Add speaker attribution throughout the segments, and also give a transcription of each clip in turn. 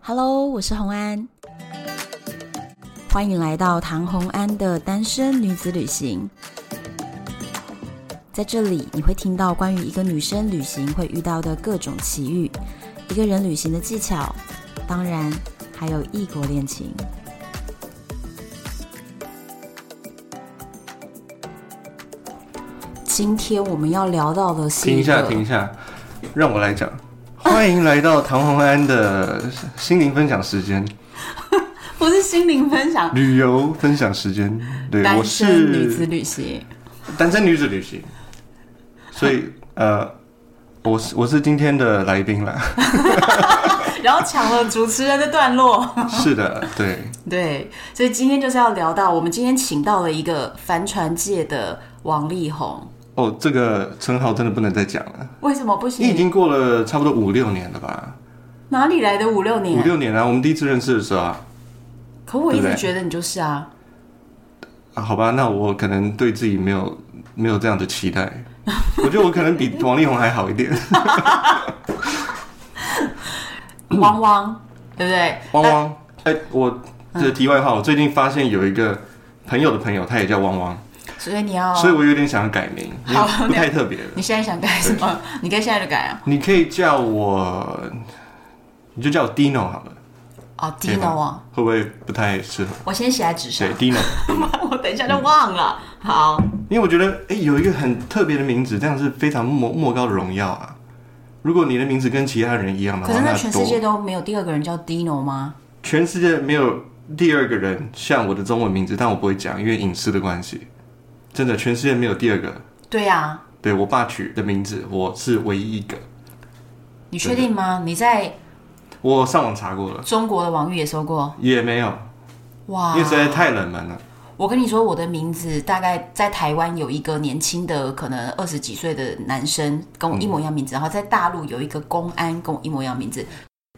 Speaker 1: Hello，我是红安，欢迎来到唐红安的单身女子旅行。在这里，你会听到关于一个女生旅行会遇到的各种奇遇，一个人旅行的技巧，当然还有异国恋情。今天我们要聊到的是
Speaker 2: 停一下，
Speaker 1: 个
Speaker 2: 停一下，让我来讲。欢迎来到唐红安的心灵分享时间，
Speaker 1: 不是心灵分享，
Speaker 2: 旅游分享时间。对，
Speaker 1: 单
Speaker 2: 我
Speaker 1: 身女子
Speaker 2: 是
Speaker 1: 旅行。
Speaker 2: 单身女子旅行，所以 呃，我是我是今天的来 宾啦。
Speaker 1: 然后抢了主持人的段落。
Speaker 2: 是的，对，
Speaker 1: 对，所以今天就是要聊到，我们今天请到了一个帆船界的王力宏，
Speaker 2: 哦，这个称号真的不能再讲了。
Speaker 1: 为什么不
Speaker 2: 你已
Speaker 1: 行？
Speaker 2: 经过了差不多五六年了吧？
Speaker 1: 哪里来的五六
Speaker 2: 五
Speaker 1: 年？
Speaker 2: 六年啊，我们第一次认识的时候啊，
Speaker 1: 可我一直
Speaker 2: 对不对
Speaker 1: 觉得你就是啊，
Speaker 2: 啊好吧，那我可能对自己没有没有这样的期待。我觉得我可能比王力宏还好一点。
Speaker 1: 汪汪，对不对？
Speaker 2: 汪汪，哎、我
Speaker 1: 嗯
Speaker 2: 这题外话，我最近发现有一个朋友的朋友，他也叫汪汪，
Speaker 1: 所以你要，
Speaker 2: 所以我有点想要改名，因为
Speaker 1: 哦好
Speaker 2: 不太特别了。
Speaker 1: 你现在想改什么？ 你可以现在就改啊。
Speaker 2: 你可以叫我，你就叫我 Dino 好了，
Speaker 1: 哦
Speaker 2: 可以吗
Speaker 1: ，Dino 啊，，
Speaker 2: 会不会不太适合？
Speaker 1: 我先写在纸上
Speaker 2: 对，，Dino，
Speaker 1: 我等一下就忘了。好，
Speaker 2: 因为我觉得，哎、有一个很特别的名字，这样是非常莫莫高的荣耀啊。如果你的名字跟其他人一样的
Speaker 1: 可
Speaker 2: 话，
Speaker 1: 是那
Speaker 2: 那
Speaker 1: 全世界
Speaker 2: 多
Speaker 1: 都没有第二个人叫 Dino 吗？
Speaker 2: 全世界没有第二个人像我的中文名字，但我不会讲，因为隐私的关系。真的，全世界没有第二个
Speaker 1: 对啊，
Speaker 2: 对我爸取的名字，我是唯一一个。
Speaker 1: 你确定吗？你在
Speaker 2: 我上网查过了，
Speaker 1: 中国的网域也搜过？
Speaker 2: 也没有，
Speaker 1: 哇，
Speaker 2: 因为实在太冷门了。
Speaker 1: 我跟你说，我的名字大概在台湾有一个年轻的，可能二十几岁的男生跟我一模一样名字，然后在大陆有一个公安跟我一模一样名字，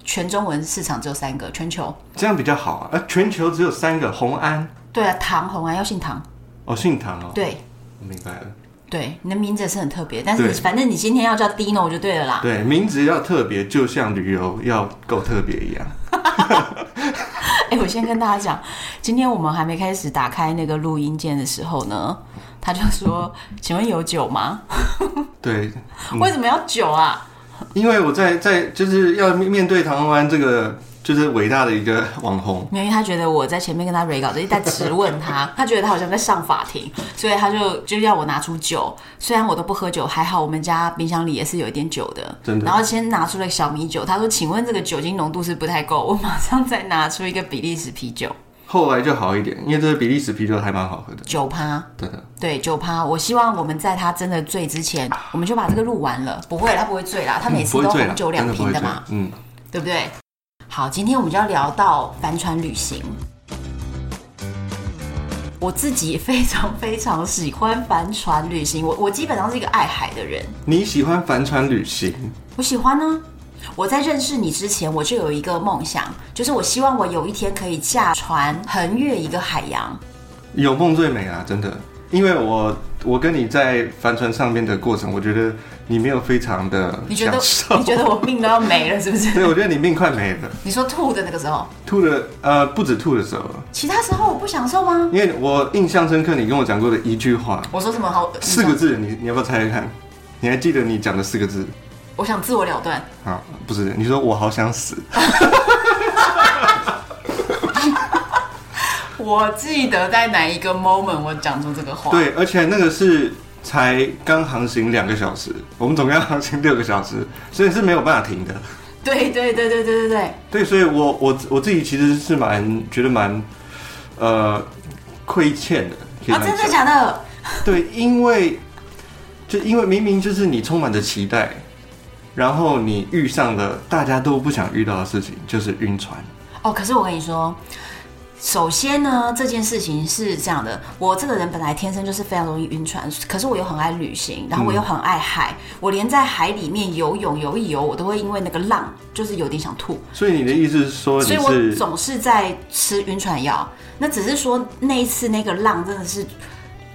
Speaker 1: 全中文市场只有三个，全球。
Speaker 2: 这样比较好啊。呃，全球只有三个红安，
Speaker 1: 对啊，唐红啊，要姓唐。
Speaker 2: 哦，姓唐哦。，
Speaker 1: 对
Speaker 2: 我明白了。
Speaker 1: 对，你的名字也是很特别，但是
Speaker 2: 对
Speaker 1: 你反正你今天要叫 Dino 就对了啦。
Speaker 2: 对，名字要特别，就像旅游要够特别一样。
Speaker 1: 哎、
Speaker 2: 嗯
Speaker 1: 我先跟大家讲，今天我们还没开始打开那个录音键的时候呢，他就 说：“请问有酒吗？
Speaker 2: 对，嗯
Speaker 1: 为什么要酒啊？
Speaker 2: 因为我在在就是要面面对唐红安这个就是伟大的一个网红，
Speaker 1: 没有，因为他觉得我在前面跟他 re 稿，就一直在质问 他，他觉得他好像在上法庭，所以他就就要我拿出酒。虽然我都不喝酒，还好我们家冰箱里也是有一点酒的。
Speaker 2: 真的
Speaker 1: 然后先拿出了小米酒，他说：“请问这个酒精浓度是不太够。”我 马上再拿出一个比利时啤酒，
Speaker 2: 后来就好一点，因为这个比利时啤酒还蛮好喝的。
Speaker 1: 九趴，
Speaker 2: 真的，
Speaker 1: 对，九趴。我希望我们在他真的醉之前，我们就把这个录完了。不会，他不会醉啦，他每
Speaker 2: 嗯不
Speaker 1: 次
Speaker 2: 会
Speaker 1: 都
Speaker 2: 醉了
Speaker 1: 红酒
Speaker 2: 真
Speaker 1: 两
Speaker 2: 的不
Speaker 1: 瓶
Speaker 2: 会
Speaker 1: 的
Speaker 2: 醉
Speaker 1: 嘛。。
Speaker 2: 嗯，
Speaker 1: 对不对？好，今天我们就要聊到帆船旅行。我自己非常非常喜欢帆船旅行，我我基本上是一个爱海的人，
Speaker 2: 你喜欢帆船旅行？
Speaker 1: 我喜欢呢。我在认识你之前，我就有一个梦想，就是我希望我有一天可以驾船横越一个海洋。
Speaker 2: 有梦最美啊，真的。因为我我跟你在帆船上面的过程，我觉得你没有非常的
Speaker 1: 你觉
Speaker 2: 享
Speaker 1: 得
Speaker 2: 受
Speaker 1: 你。觉得我命都要没了是不是？
Speaker 2: 对，我觉得你命快没了，
Speaker 1: 你说吐的那个时候，
Speaker 2: 吐的呃不止吐的时候，
Speaker 1: 其他时候我不享受吗？
Speaker 2: 因为我印象深刻，你跟我讲过的一句话，
Speaker 1: 我说什么好？
Speaker 2: 四个，字，你你要不要猜猜看？你还记得你讲的四个字
Speaker 1: 我想自我了断。
Speaker 2: 啊？不是，你说我好想死，
Speaker 1: 我记得在哪一个 moment 我讲出这个话？
Speaker 2: 对，而且那个是才刚航行两个小时，我们总共要航行六个小时，所以是没有办法停的。
Speaker 1: 对对对对对对对，
Speaker 2: 对，所以我我我自己其实是蛮觉得蛮呃亏欠的。可以
Speaker 1: 啊，
Speaker 2: 这样
Speaker 1: 真的假
Speaker 2: 讲
Speaker 1: 的？
Speaker 2: 对，因为就因为明明就是你充满着期待，然后你遇上了大家都不想遇到的事情，就是晕船。
Speaker 1: 哦，可是我跟你说，首先呢，这件事情是这样的，我这个人本来天生就是非常容易晕船，可是我又很爱旅行，然后我又很爱海，我连在海里面游泳游一游，我都会因为那个浪就是有点想吐，
Speaker 2: 所以你的意思是说
Speaker 1: 所
Speaker 2: 你
Speaker 1: 以我
Speaker 2: 是
Speaker 1: 总是在吃晕船药。那只是说那一次那个浪真的是。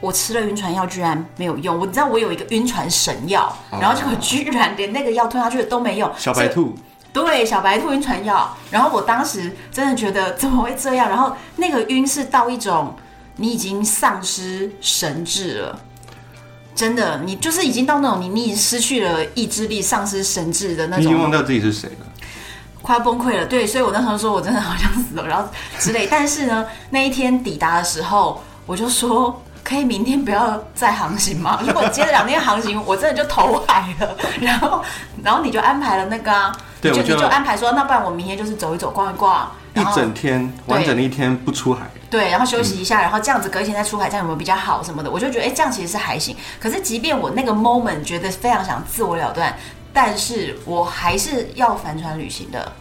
Speaker 1: 我吃了晕船药居然没有用，我知道我有一个晕船神药，然后结果居然连那个药吞下去的都没用，
Speaker 2: 哦小白
Speaker 1: 所以
Speaker 2: 兔？
Speaker 1: 对，小白兔晕船药。然后我当时真的觉得怎么会这样？然后那个晕是到一种你已经丧失神智了。真的，你就是已经到那种你你已经失去了意志力、丧失神智的那
Speaker 2: 你已经
Speaker 1: 种，
Speaker 2: 忘掉自己是谁了。
Speaker 1: 快要崩溃了。对，所以我那时候说我真的好像死了，然后之类。但是呢，那一天抵达的时候，我就说可以明天不要再航行吗？ 如果接着两天航行，我真的就投海了。然后，然后你就安排了那个啊，
Speaker 2: 对
Speaker 1: 你就
Speaker 2: 我就
Speaker 1: 你就安排说，那不然我明天就是走一走、逛一逛，
Speaker 2: 一
Speaker 1: 然后
Speaker 2: 整天，
Speaker 1: 对
Speaker 2: 完整的一天不出海，
Speaker 1: 对，然后休息一下，然后这样子隔一天再出海，这样有没有比较好什么的？我就觉得，哎，这样其实是还行。可是即便我那个 moment 觉得非常想自我了断，但是我还是要帆船旅行的。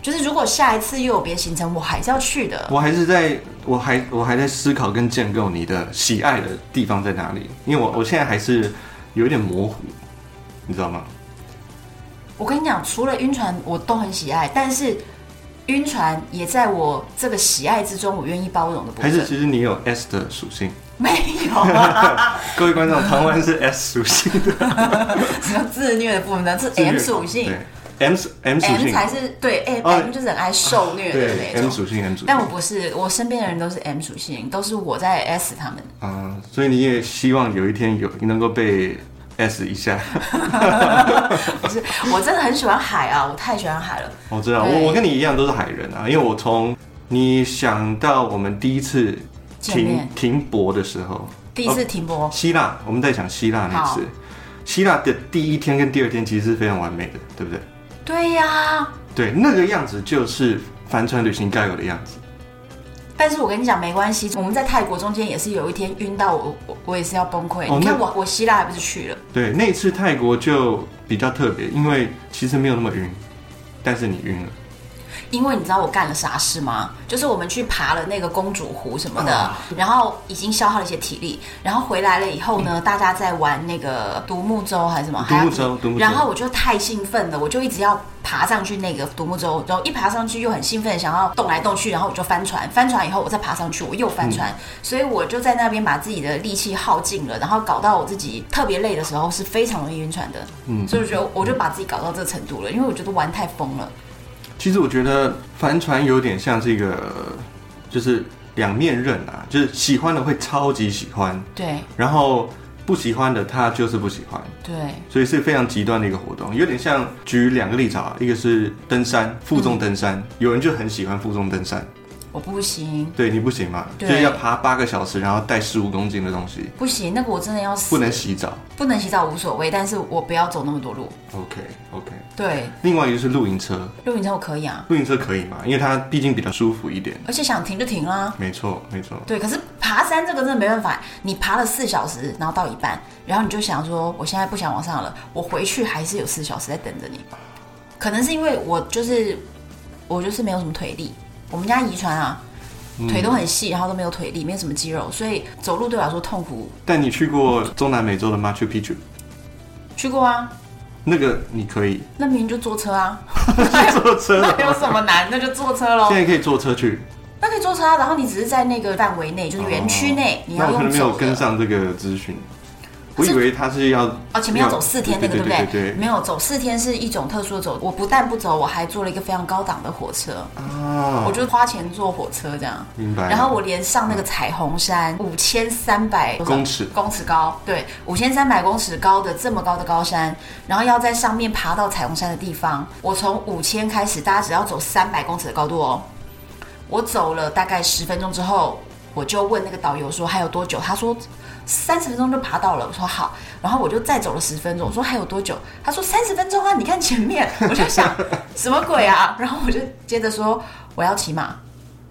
Speaker 1: 就是如果下一次又有别的行程，我还是要去的。
Speaker 2: 我还是在，我还我还在思考跟建构你的喜爱的地方在哪里，因为我我现在还是有点模糊，你知道吗？
Speaker 1: 我跟你讲，除了晕船，我都很喜爱，但是晕船也在我这个喜爱之中，我愿意包容的部
Speaker 2: 还是
Speaker 1: 分。
Speaker 2: 其实你有 S 的属性，
Speaker 1: 没有啊，
Speaker 2: 各位观众，台湾是 S 属性的
Speaker 1: 只有自虐的部分，但是 M 属性
Speaker 2: 对，M M 属
Speaker 1: ，M
Speaker 2: 性，
Speaker 1: 才是对哎
Speaker 2: 哦
Speaker 1: ，M 就是很爱受虐的
Speaker 2: 对
Speaker 1: 那
Speaker 2: M
Speaker 1: 种。
Speaker 2: 属性 M 属性
Speaker 1: 但我不是，我身边的人都是 M 属性，都是我在 S 他们。
Speaker 2: 啊，所以你也希望有一天有你能够被 S 一下。
Speaker 1: 不是，我真的很喜欢海啊，我太喜欢海了。
Speaker 2: 我知道，
Speaker 1: 对
Speaker 2: 我我跟你一样都是海人啊，因为我从你想到我们第一次
Speaker 1: 见
Speaker 2: 停
Speaker 1: 面
Speaker 2: 停泊的时候，
Speaker 1: 第一次停泊，
Speaker 2: 希腊，我们在讲希腊那
Speaker 1: 好，
Speaker 2: 次希腊的第一天跟第二天其实是非常完美的，对不对？
Speaker 1: 对呀、
Speaker 2: 对，那个样子就是帆船旅行该有的样子。
Speaker 1: 但是我跟你讲没关系，我们在泰国中间也是有一天晕到我，我我也是要崩溃。
Speaker 2: 哦
Speaker 1: 你看
Speaker 2: 那
Speaker 1: 我我希腊还不是去了？
Speaker 2: 对，那次泰国就比较特别，因为其实没有那么晕，但是你晕了。
Speaker 1: 因为你知道我干了啥事吗？就是我们去爬了那个公主湖什么的，
Speaker 2: 啊
Speaker 1: 然后已经消耗了一些体力，然后回来了以后呢，大家在玩那个独木舟还是什么？
Speaker 2: 嗯独木
Speaker 1: 还
Speaker 2: 舟
Speaker 1: 要
Speaker 2: 独木舟
Speaker 1: 然后我就太兴奋了，我就一直要爬上去那个独木舟，然后一爬上去又很兴奋，想要动来动去，然后我就翻船，翻船以后我再爬上去，我又翻船，
Speaker 2: 嗯
Speaker 1: 所以我就在那边把自己的力气耗尽了，然后搞到我自己特别累的时候是非常容易晕船的，
Speaker 2: 嗯
Speaker 1: 所以我觉得我就把自己搞到这个程度了，因为我觉得玩太疯了。
Speaker 2: 其实我觉得帆船有点像这个，就是两面刃啊，就是喜欢的会超级喜欢，
Speaker 1: 对
Speaker 2: 然后不喜欢的他就是不喜欢，
Speaker 1: 对。
Speaker 2: 所以是非常极端的一个活动，有点像举两个例子啊，一个是登山，负重登山，有人就很喜欢负重登山，
Speaker 1: 我不行，
Speaker 2: 对你不行嘛，就
Speaker 1: 对
Speaker 2: 是要爬八个小时，然后带十五公斤的东西，
Speaker 1: 不行，那个我真的要死。
Speaker 2: 不能洗澡。
Speaker 1: 不能洗澡无所谓，但是我不要走那么多路。
Speaker 2: OK OK。
Speaker 1: 对，
Speaker 2: 另外一个是露营车，
Speaker 1: 露营车我可以啊，
Speaker 2: 露营车可以嘛？因为它毕竟比较舒服一点。
Speaker 1: 而且想停就停啦、
Speaker 2: 没错没错，
Speaker 1: 对，可是爬山这个真的没办法，你爬了四小时，然后到一半，然后你就想说，我现在不想往上了，我回去还是有四小时在等着你。可能是因为我就是我就是没有什么腿力，我们家遗传啊，
Speaker 2: 嗯
Speaker 1: 腿都很细，然后都没有腿力，没有什么肌肉，所以走路对我来说痛苦。
Speaker 2: 但你去过中南美洲的 Machu Picchu，
Speaker 1: 去过啊，
Speaker 2: 那个你可以
Speaker 1: 那明明就坐车啊，
Speaker 2: 坐车
Speaker 1: 那有
Speaker 2: 了，
Speaker 1: 什么难？那就坐车喽
Speaker 2: 现。在可以坐车去。
Speaker 1: 那可以坐车啊，然后你只是在那个范围内，就是园区内，你
Speaker 2: 哦那
Speaker 1: 要
Speaker 2: 我可
Speaker 1: 用
Speaker 2: 能没有
Speaker 1: 走
Speaker 2: 跟
Speaker 1: 的。
Speaker 2: 上这个资讯，
Speaker 1: 可
Speaker 2: 我
Speaker 1: 是
Speaker 2: 以为他是要
Speaker 1: 哦，前面要走四天那个，对
Speaker 2: 对
Speaker 1: 不
Speaker 2: 对？对对
Speaker 1: 没有走四天是一种特殊的走，我不但不走，我还坐了一个非常高档的火车，
Speaker 2: 啊，
Speaker 1: 我就花钱坐火车这样。
Speaker 2: 明白。
Speaker 1: 然后我连上那个彩虹山五千三百
Speaker 2: 公尺
Speaker 1: 公尺高，对，五千三百公尺高的这么高的高山，然后要在上面爬到彩虹山的地方，我从五千开始，大家只要走三百公尺的高度哦。我走了大概十分钟之后，我就问那个导游说还有多久，他说三十分钟就爬到了，我说好，然后我就再走了十分钟，我说还有多久，他说三十分钟啊，你看前面，我就想什么鬼啊，然后我就接着说我要骑马。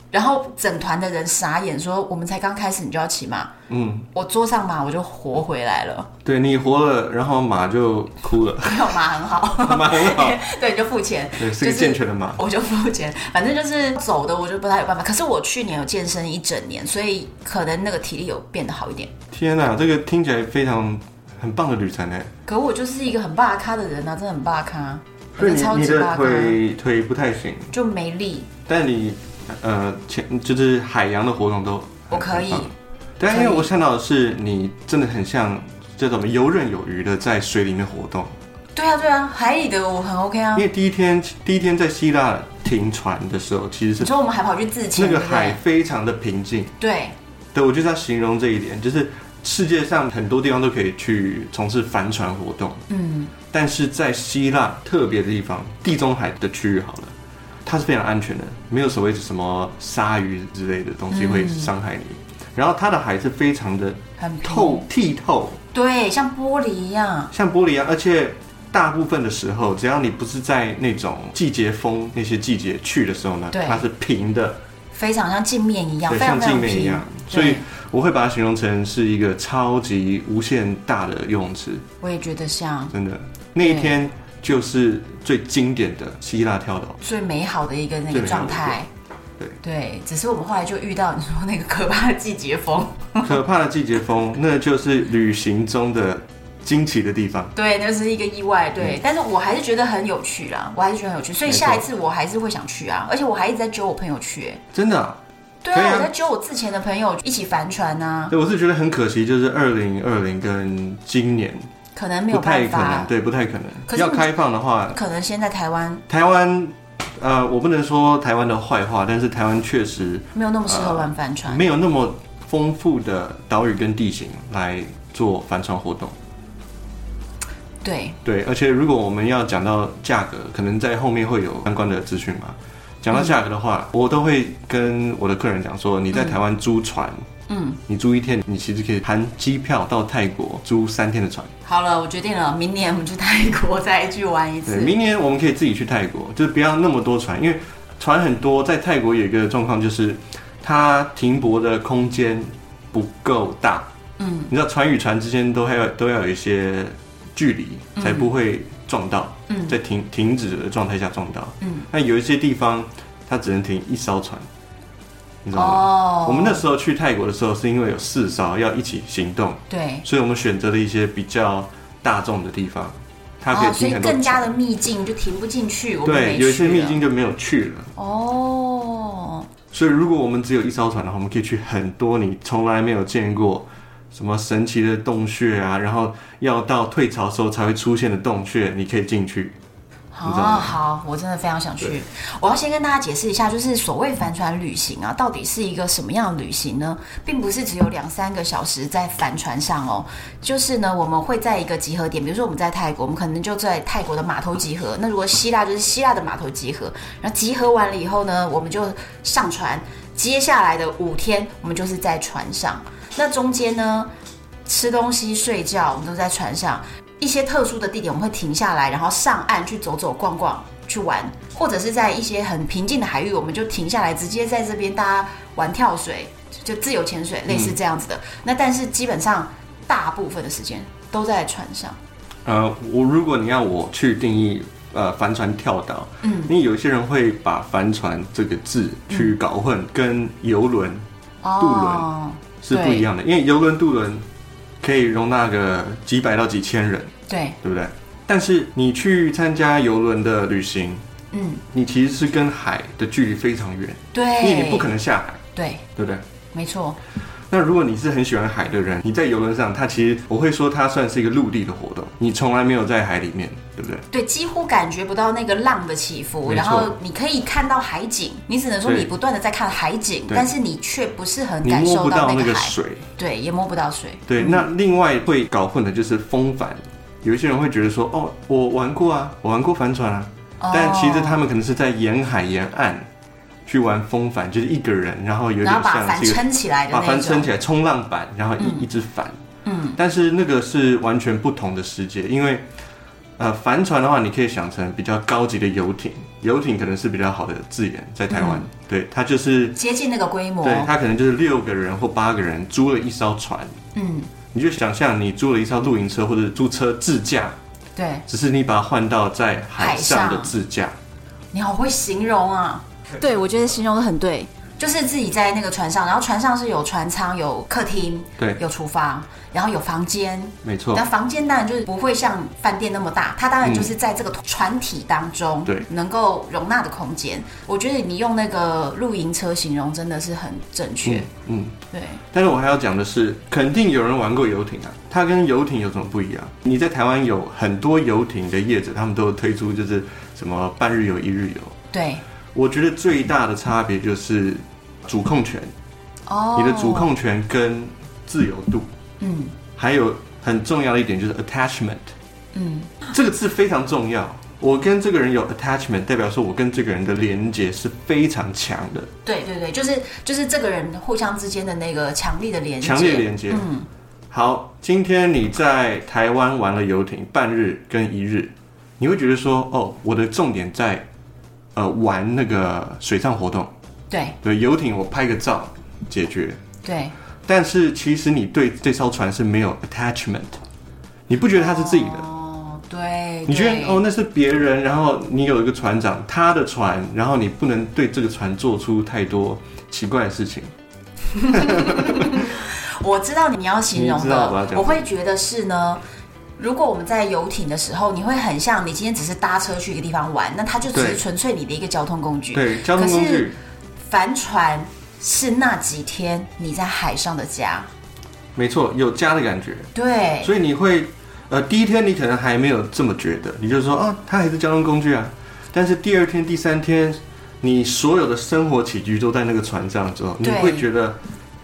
Speaker 1: 然后整团的人傻眼，说：“我们才刚开始，你就要骑马？”
Speaker 2: 嗯，
Speaker 1: 我坐上马，我就活回来 了。
Speaker 2: 对你活了，然后马就哭了，
Speaker 1: 没有马很好，
Speaker 2: 马很好，
Speaker 1: 对，你就付钱。
Speaker 2: 对，是个健全的马。
Speaker 1: 我就付钱，反正就是走的，我就不太有办法。可是我去年有健身一整年，所以可能那个体力有变得好一点。
Speaker 2: 天哪，这个听起来非常很棒的旅程哎。
Speaker 1: 可我就是一个很霸咖的人啊，真的很霸咖，我
Speaker 2: 所以
Speaker 1: 真的超
Speaker 2: 你你
Speaker 1: 级
Speaker 2: 的
Speaker 1: 霸咖，
Speaker 2: 腿腿不太行，
Speaker 1: 就没力。
Speaker 2: 但你呃前就是海洋的活动都
Speaker 1: 我可以
Speaker 2: 很棒但因为我想到的是，你真的很像这种游刃有余的在水里面活动，
Speaker 1: 对啊对啊，海里的我很 OK 啊
Speaker 2: 因。为第一天第一天在希腊停船的时候，其实
Speaker 1: 你
Speaker 2: 是
Speaker 1: 说我们还跑去自
Speaker 2: 那
Speaker 1: 潜，
Speaker 2: 个
Speaker 1: 对不
Speaker 2: 海
Speaker 1: 对？
Speaker 2: 非常的平静。
Speaker 1: 对，
Speaker 2: 对，我就是要形容这一点，就是世界上很多地方都可以去从事帆船活动，
Speaker 1: 嗯，
Speaker 2: 但是在希腊特别的地方，地中海的区域好了，它是非常安全的，没有所谓的什么鲨鱼之类的东西
Speaker 1: 嗯
Speaker 2: 会伤害你。然后它的海是非常的
Speaker 1: 很平
Speaker 2: 透剔透，
Speaker 1: 对，像玻璃一样。
Speaker 2: 像玻璃一啊样，而且大部分的时候，只要你不是在那种季节风那些季节去的时候呢，
Speaker 1: 对
Speaker 2: 它是平的，
Speaker 1: 非常像镜面一样，
Speaker 2: 对，
Speaker 1: 非常
Speaker 2: 像
Speaker 1: 非常
Speaker 2: 镜面
Speaker 1: 平，
Speaker 2: 一样。
Speaker 1: 对
Speaker 2: 所以我会把它形容成是一个超级无限大的游泳池，
Speaker 1: 我也觉得像
Speaker 2: 真的。那一
Speaker 1: 对
Speaker 2: 天就是最经典的希腊跳 岛。
Speaker 1: 最美好的一个那
Speaker 2: 最
Speaker 1: 个
Speaker 2: 美好
Speaker 1: 状
Speaker 2: 的
Speaker 1: 态。
Speaker 2: 对
Speaker 1: 对，只是我们后来就遇到你说那个可怕的季节风，
Speaker 2: 可怕的季节风，那就是旅行中的惊奇的地方。
Speaker 1: 对，那是一个意外，对。但是我还是觉得很有趣啦，我还是觉得很有趣，所以
Speaker 2: 嗯没错
Speaker 1: 下一次我还是会想去啊，而且我还一直在揪我朋友去、欸
Speaker 2: 真的、啊，
Speaker 1: 对
Speaker 2: 可以
Speaker 1: 啊，
Speaker 2: 啊
Speaker 1: 我在揪我之前的朋友一起帆船啊，
Speaker 2: 对我是觉得很可惜，就是二零二零跟今年
Speaker 1: 可能没有
Speaker 2: 不太
Speaker 1: 办
Speaker 2: 可能，
Speaker 1: 法，
Speaker 2: 对，不太可能。
Speaker 1: 可是
Speaker 2: 要
Speaker 1: 你
Speaker 2: 开放的话，
Speaker 1: 可能先在台湾
Speaker 2: 台湾，呃，我不能说台湾的坏话，但是台湾确实
Speaker 1: 没有那么适合玩帆船，
Speaker 2: 啊没有那么丰富的岛屿跟地形来做帆船活动。
Speaker 1: 对，
Speaker 2: 对，而且如果我们要讲到价格，可能在后面会有相关的资讯嘛。讲到价格的话，我都会跟我的客人讲说，你在台湾租船，
Speaker 1: 嗯，
Speaker 2: 你租一天，你其实可以含机票到泰国租三天的船。
Speaker 1: 好了，我决定了，明年我们去泰国再去玩一
Speaker 2: 对，
Speaker 1: 次。
Speaker 2: 明年我们可以自己去泰国，就是不要那么多船，因为船很多。在泰国有一个状况就是，它停泊的空间不够大。
Speaker 1: 嗯，
Speaker 2: 你知道船与船之间都还有都要有一些距离，才不会撞到。
Speaker 1: 嗯
Speaker 2: 在停停止的状态下撞到。
Speaker 1: 嗯，
Speaker 2: 那有一些地方它只能停一艘船，你知道吗？
Speaker 1: 哦
Speaker 2: 我们那时候去泰国的时候，是因为有四艘要一起行动，
Speaker 1: 对，
Speaker 2: 所以我们选择了一些比较大众的地方，它可以
Speaker 1: 哦，所
Speaker 2: 停
Speaker 1: 以
Speaker 2: 很多船。
Speaker 1: 更加的秘境就停不进去。我们没
Speaker 2: 对，
Speaker 1: 去
Speaker 2: 有一些
Speaker 1: 了
Speaker 2: 秘境就没有去了。
Speaker 1: 哦，
Speaker 2: 所以如果我们只有一艘船的话，我们可以去很多你从来没有见过。什么神奇的洞穴啊，然后要到退潮的时候才会出现的洞穴，你可以进去。
Speaker 1: 好
Speaker 2: 你知道吗
Speaker 1: 哦好，我真的非常想去
Speaker 2: 对。
Speaker 1: 我要先跟大家解释一下，就是所谓帆船旅行啊，到底是一个什么样的旅行呢？并不是只有两三个小时在帆船上哦，就是呢，我们会在一个集合点，比如说我们在泰国，我们可能就在泰国的码头集合。那如果希腊就是希腊的码头集合，然后集合完了以后呢，我们就上船。接下来的五天，我们就是在船上。那中间呢，吃东西、睡觉，我们都在船上。一些特殊的地点，我们会停下来，然后上岸去走走逛逛、去玩，或者是在一些很平静的海域，我们就停下来，直接在这边大家玩跳水，就自由潜水，类似这样子的。那但是基本上大部分的时间都在船上，
Speaker 2: 呃，我如果你要我去定义呃帆船跳岛，嗯，因为有些人会把帆船这个字去搞混，跟游轮渡
Speaker 1: 哦
Speaker 2: 轮是不一样的，因为游轮、渡轮可以容纳个几百到几千人，
Speaker 1: 对，
Speaker 2: 对不对？但是你去参加游轮的旅行，
Speaker 1: 嗯，哎
Speaker 2: 你其实是跟海的距离非常远，
Speaker 1: 对，
Speaker 2: 因为你不可能下海，
Speaker 1: 对，
Speaker 2: 对不对？
Speaker 1: 没错，
Speaker 2: 那如果你是很喜欢海的人，你在游轮上，它其实我会说它算是一个陆地的活动，你从来没有在海里面，对不对？
Speaker 1: 对，几乎感觉不到那个浪的起伏，
Speaker 2: 没错
Speaker 1: 然后你可以看到海景，你只能说
Speaker 2: 对
Speaker 1: 你不断的在看海景，
Speaker 2: 对
Speaker 1: 但是你却不是很
Speaker 2: 你
Speaker 1: 嗯感
Speaker 2: 摸
Speaker 1: 受
Speaker 2: 不
Speaker 1: 到
Speaker 2: 到那
Speaker 1: 个
Speaker 2: 个
Speaker 1: 海，嗯
Speaker 2: 水。
Speaker 1: 对，也摸不到水，
Speaker 2: 对，那另外会搞混的就是风帆，有一些人会觉得说，哦，我玩过啊，我玩过帆船啊，
Speaker 1: 哦
Speaker 2: 但其实他们可能是在沿海沿岸去玩风帆，就是一个人，然后有点
Speaker 1: 然后把
Speaker 2: 像
Speaker 1: 帆
Speaker 2: 这个
Speaker 1: 撑起来的
Speaker 2: 把
Speaker 1: 那
Speaker 2: 帆撑
Speaker 1: 种。
Speaker 2: 起来，冲浪板，然后一、一直帆。
Speaker 1: 嗯，
Speaker 2: 但是那个是完全不同的世界，因为呃，帆船的话，你可以想成比较高级的游艇，游艇可能是比较好的字眼，在台
Speaker 1: 嗯
Speaker 2: 湾，对，它就是
Speaker 1: 接近那个规模。
Speaker 2: 对，它可能就是六个人或八个人租了一艘船，
Speaker 1: 嗯，
Speaker 2: 你就想象你租了一艘露营车或者租车自驾，
Speaker 1: 对，
Speaker 2: 只是你把它换到在海上
Speaker 1: 海
Speaker 2: 的
Speaker 1: 上
Speaker 2: 自驾。
Speaker 1: 你好会形容啊。对，我觉得形容的很对。就是自己在那个船上，然后船上是有船舱、有客厅、
Speaker 2: 对哦
Speaker 1: 有厨房，然后有房间。
Speaker 2: 没错
Speaker 1: 那，房间当然就是不会像饭店那么大，它当然就是在这个船体当中，
Speaker 2: 嗯对
Speaker 1: 能够容纳的空间。我觉得你用那个露营车形容真的是很正确，
Speaker 2: 嗯嗯。
Speaker 1: 对，
Speaker 2: 但是我还要讲的是，肯定有人玩过游艇啊，它跟游艇有什么不一样？你在台湾有很多游艇的业者，他们都有推出就是什么半日游、一日游。
Speaker 1: 对，
Speaker 2: 我觉得最大的差别就是主控权，
Speaker 1: 哦，
Speaker 2: 你的主，控权跟自由度，
Speaker 1: 嗯
Speaker 2: 还有很重要的一点就是 attachment，
Speaker 1: 嗯，
Speaker 2: 这个字非常重要。我跟这个人有 attachment，代表说我跟这个人的连接是非常强的，
Speaker 1: 对对对，就是就是这个人互相之间的那个强力的连接，
Speaker 2: 强烈连接。
Speaker 1: 嗯，
Speaker 2: 好，今天你在台湾玩了游艇半日跟一日，你会觉得说，哦，我的重点在，呃，玩那个水上活动，
Speaker 1: 对
Speaker 2: 对，游艇我拍个照解决。
Speaker 1: 对，
Speaker 2: 但是其实你对这艘船是没有 attachment，你不觉得它是自己的，
Speaker 1: 哦，对，
Speaker 2: 你觉
Speaker 1: 对
Speaker 2: 得哦那是别人，然后你有一个船长他的船，然后你不能对这个船做出太多奇怪的事情。
Speaker 1: 我知道你要形容
Speaker 2: 你知道我
Speaker 1: 的
Speaker 2: 要讲什，么
Speaker 1: 我会觉得是呢。如果我们在游艇的时候，你会很像你今天只是搭车去一个地方玩，那它就只是
Speaker 2: 对
Speaker 1: 纯粹你的一个交通工具。
Speaker 2: 对，交通工
Speaker 1: 可是
Speaker 2: 具，
Speaker 1: 帆船是那几天你在海上的家，
Speaker 2: 没错，有家的感觉。
Speaker 1: 对
Speaker 2: 所以你会，呃，第一天你可能还没有这么觉得，你就说啊，它还是交通工具啊。但是第二天、第三天，你所有的生活起居都在那个船上之后，你
Speaker 1: 对
Speaker 2: 会觉得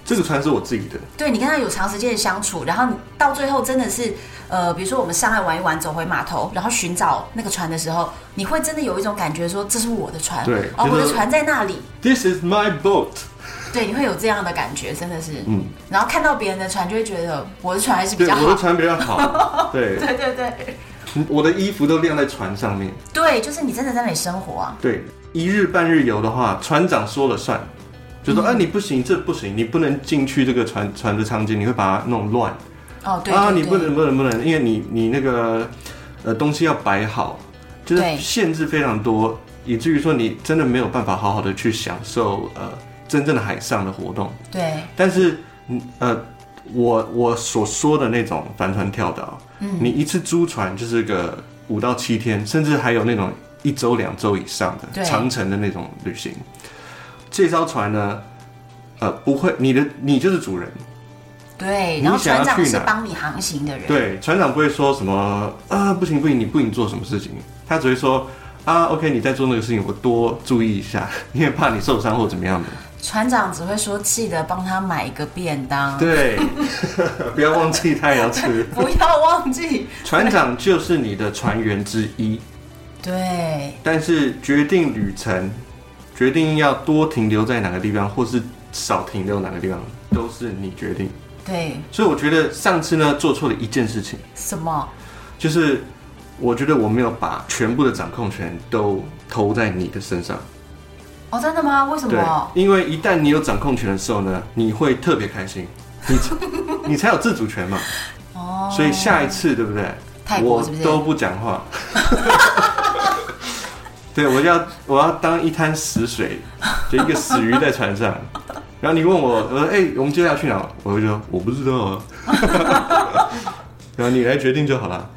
Speaker 2: 这个船是我自己的。
Speaker 1: 对，你跟他有长时间的相处，然后你到最后真的是，呃，比如说我们上岸玩一玩，走回码头，然后寻找那个船的时候，你会真的有一种感觉说这是我的船，
Speaker 2: 对
Speaker 1: 哦，
Speaker 2: 就是
Speaker 1: 我的船在那里，
Speaker 2: This is my boat。
Speaker 1: 对，你会有这样的感觉，真的是，
Speaker 2: 嗯，
Speaker 1: 然后看到别人的船，就会觉得我的船还是比
Speaker 2: 对，
Speaker 1: 较
Speaker 2: 我的
Speaker 1: 好。
Speaker 2: 船比较 好。对，
Speaker 1: 对对对
Speaker 2: 我的衣服都晾在船上面。
Speaker 1: 对，就是你真的在那里生活啊。
Speaker 2: 对，一日半日游的话，船长说了算，就说、啊，你不行，这不行，你不能进去这个船船的舱间，你会把它弄乱。
Speaker 1: 哦，对
Speaker 2: 啊，
Speaker 1: 对
Speaker 2: 你不
Speaker 1: 对
Speaker 2: 能不能不能，因为你你那个呃东西要摆好，就是
Speaker 1: 对
Speaker 2: 限制非常多，以至于说你真的没有办法好好的去享受呃真正的海上的活动。
Speaker 1: 对
Speaker 2: 但是嗯呃，我我所说的那种帆船跳岛，
Speaker 1: 嗯
Speaker 2: 你一次租船就是个五到七天，甚至还有那种一周两周以上的
Speaker 1: 对
Speaker 2: 长程的那种旅行。这艘船呢，呃，不会，你的你就是主人。
Speaker 1: 对，
Speaker 2: 你
Speaker 1: 然后
Speaker 2: 想要
Speaker 1: 船长
Speaker 2: 去
Speaker 1: 是
Speaker 2: 哪
Speaker 1: 帮你航行的人。
Speaker 2: 对，船长不会说什么啊，不行不行，你不行做什么事情，他只会说啊，OK，你在做那个事情，我多注意一下， 因为怕你受伤或怎么样的。
Speaker 1: 船长只会说记得帮他买一个便当，
Speaker 2: 对， 不要忘记他也要吃。
Speaker 1: 不要忘记。
Speaker 2: 船长就是你的船员之一，
Speaker 1: 对
Speaker 2: 但是决定旅程，决定要多停留在哪个地方，或是少停留哪个地方，都是你决定。
Speaker 1: 对，
Speaker 2: 所以我觉得上次呢做错了一件事情，
Speaker 1: 什么？
Speaker 2: 就是我觉得我没有把全部的掌控权都投在你的身上。
Speaker 1: 哦，真的吗？为什
Speaker 2: 对
Speaker 1: 么？，
Speaker 2: 因为一旦你有掌控权的时候呢，你会特别开心，你 你才有自主权嘛。
Speaker 1: 哦，
Speaker 2: 所以下一次，对不对？
Speaker 1: 泰国
Speaker 2: 我
Speaker 1: 是不是
Speaker 2: 都不讲 话。对，我要我要当一滩死水，就一个死鱼在船上。然后你问我，我说：“哎、我们接下来去哪？”我就说：“我不知道啊。” 然后你来决定就好了。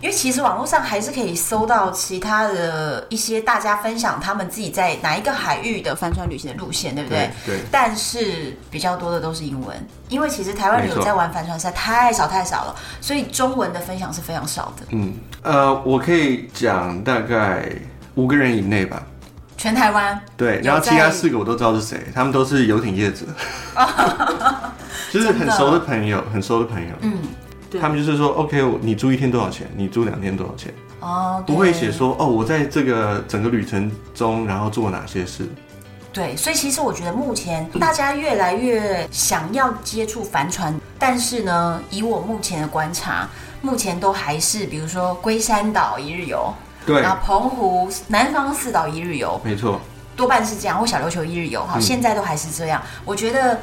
Speaker 1: 因为其实网络上还是可以搜到其他的一些大家分享他们自己在哪一个海域的帆船旅行的路线，对不对？
Speaker 2: 对对
Speaker 1: 但是比较多的都是英文，因为其实台湾人
Speaker 2: 没
Speaker 1: 有
Speaker 2: 错
Speaker 1: 在玩帆船实在太少太少了，所以中文的分享是非常少的。
Speaker 2: 嗯，呃，我可以讲大概五个人以内吧。
Speaker 1: 全台湾
Speaker 2: 对，
Speaker 1: 有
Speaker 2: 然后其他
Speaker 1: 在
Speaker 2: 四个我都知道是谁，他们都是游艇 业者，就是很熟的朋友，很熟的朋友。嗯，
Speaker 1: 对
Speaker 2: 他们就是说，OK，我你租一天多少钱？你租两天多少钱？
Speaker 1: 哦，对
Speaker 2: 不会写说哦，我在这个整个旅程中，然后做哪些事。
Speaker 1: 对，所以其实我觉得目前大家越来越想要接触帆船，但是呢，以我目前的观察，目前都还是比如说龟山岛一日游，
Speaker 2: 对
Speaker 1: 然，后澎湖南方四岛一日游，
Speaker 2: 没错，
Speaker 1: 多半是这样，或小琉球一日游，哈，现在都还是这样。我觉得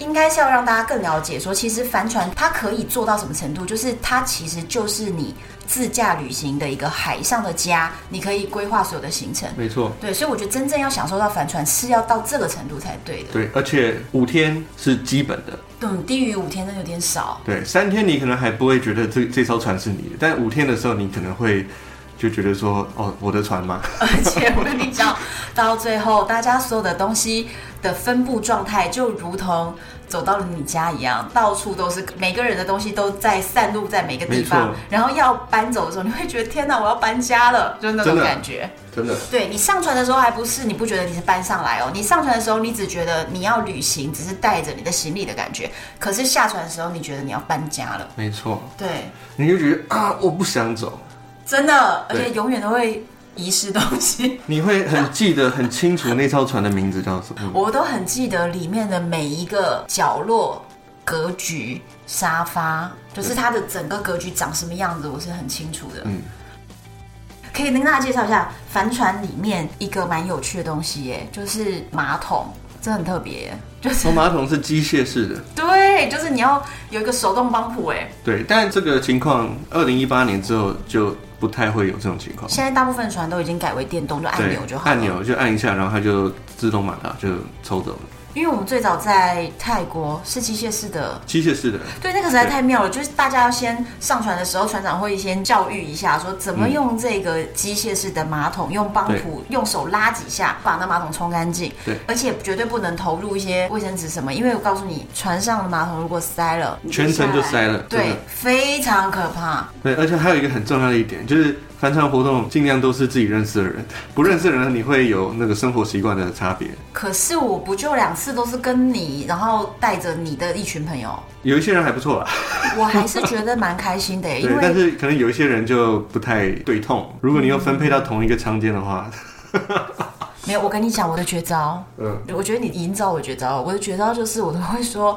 Speaker 1: 应该是要让大家更了解说，其实帆船它可以做到什么程度，就是它其实就是你自驾旅行的一个海上的家，你可以规划所有的行程。
Speaker 2: 没错，
Speaker 1: 对，所以我觉得真正要享受到帆船是要到这个程度才对的。
Speaker 2: 对，而且五天是基本的，
Speaker 1: 嗯，低于五天真的有点少。
Speaker 2: 对，三天你可能还不会觉得这这艘船是你的，但五天的时候你可能会就觉得说，哦，我的船吗？
Speaker 1: 而且我跟你讲，到最后大家所有的东西的分布状态，就如同走到了你家一样，到处都是每个人的东西都在散落在每个地
Speaker 2: 没
Speaker 1: 方
Speaker 2: 错。
Speaker 1: 然后要搬走的时候，你会觉得天哪，我要搬家了，就是那种
Speaker 2: 真的
Speaker 1: 感觉。
Speaker 2: 真的，
Speaker 1: 对你上船的时候还不是，你不觉得你是搬上来哦？你上船的时候，你只觉得你要旅行，只是带着你的行李的感觉。可是下船的时候，你觉得你要搬家了。
Speaker 2: 没错，
Speaker 1: 对，
Speaker 2: 你就觉得啊，我不想走，
Speaker 1: 真的，而且
Speaker 2: 对
Speaker 1: 永远都会遗失东西。
Speaker 2: 你会很记得很清楚那艘船的名字叫什么。
Speaker 1: 我都很记得里面的每一个角落、格局、沙发，就是它的整个格局长什么样子，我是很清楚的。
Speaker 2: 嗯
Speaker 1: 可以跟大家介绍一下帆船里面一个蛮有趣的东西耶，就是马桶，这很特别耶，就是
Speaker 2: 冲马桶是机械式的，
Speaker 1: 对，就是你要有一个手动帮浦哎。
Speaker 2: 对，但这个情况，二零一八年之后就不太会有这种情况。
Speaker 1: 现在大部分船都已经改为电动，就按
Speaker 2: 对
Speaker 1: 钮就，好了。
Speaker 2: 按钮就按一下，然后它就自动马达就抽走了，
Speaker 1: 因为我们最早在泰国是机械式的。
Speaker 2: 机械式的。
Speaker 1: 对，那个实在太妙了，就是大家要先上船的时候，船长会先教育一下，说怎么用这个机械式的马桶，用帮浦，用手拉几下，把那马桶冲干净。
Speaker 2: 对，
Speaker 1: 而且绝对不能投入一些卫生纸什么，因为我告诉你，船上的马桶如果塞了，你
Speaker 2: 全程就
Speaker 1: 下来
Speaker 2: 塞了真
Speaker 1: 对
Speaker 2: 的，
Speaker 1: 非常可怕。
Speaker 2: 对，而且还有一个很重要的一点，就是翻唱活动尽量都是自己认识的 人，不认识的人你会有那个生活习惯的差别。
Speaker 1: 可是我不就两次都是跟你，然后带着你的一群朋友，
Speaker 2: 有一些人还不错啦，
Speaker 1: 我还是觉得蛮开心的 耶，
Speaker 2: 对
Speaker 1: 因，
Speaker 2: 但
Speaker 1: 为
Speaker 2: 是可能有一些人就不太对痛。如果你又分配到同一个舱间的话，
Speaker 1: 没有我跟你讲我的绝招，
Speaker 2: 嗯，
Speaker 1: 我觉得你已经知道我的绝招了。我的绝招就是我都会说，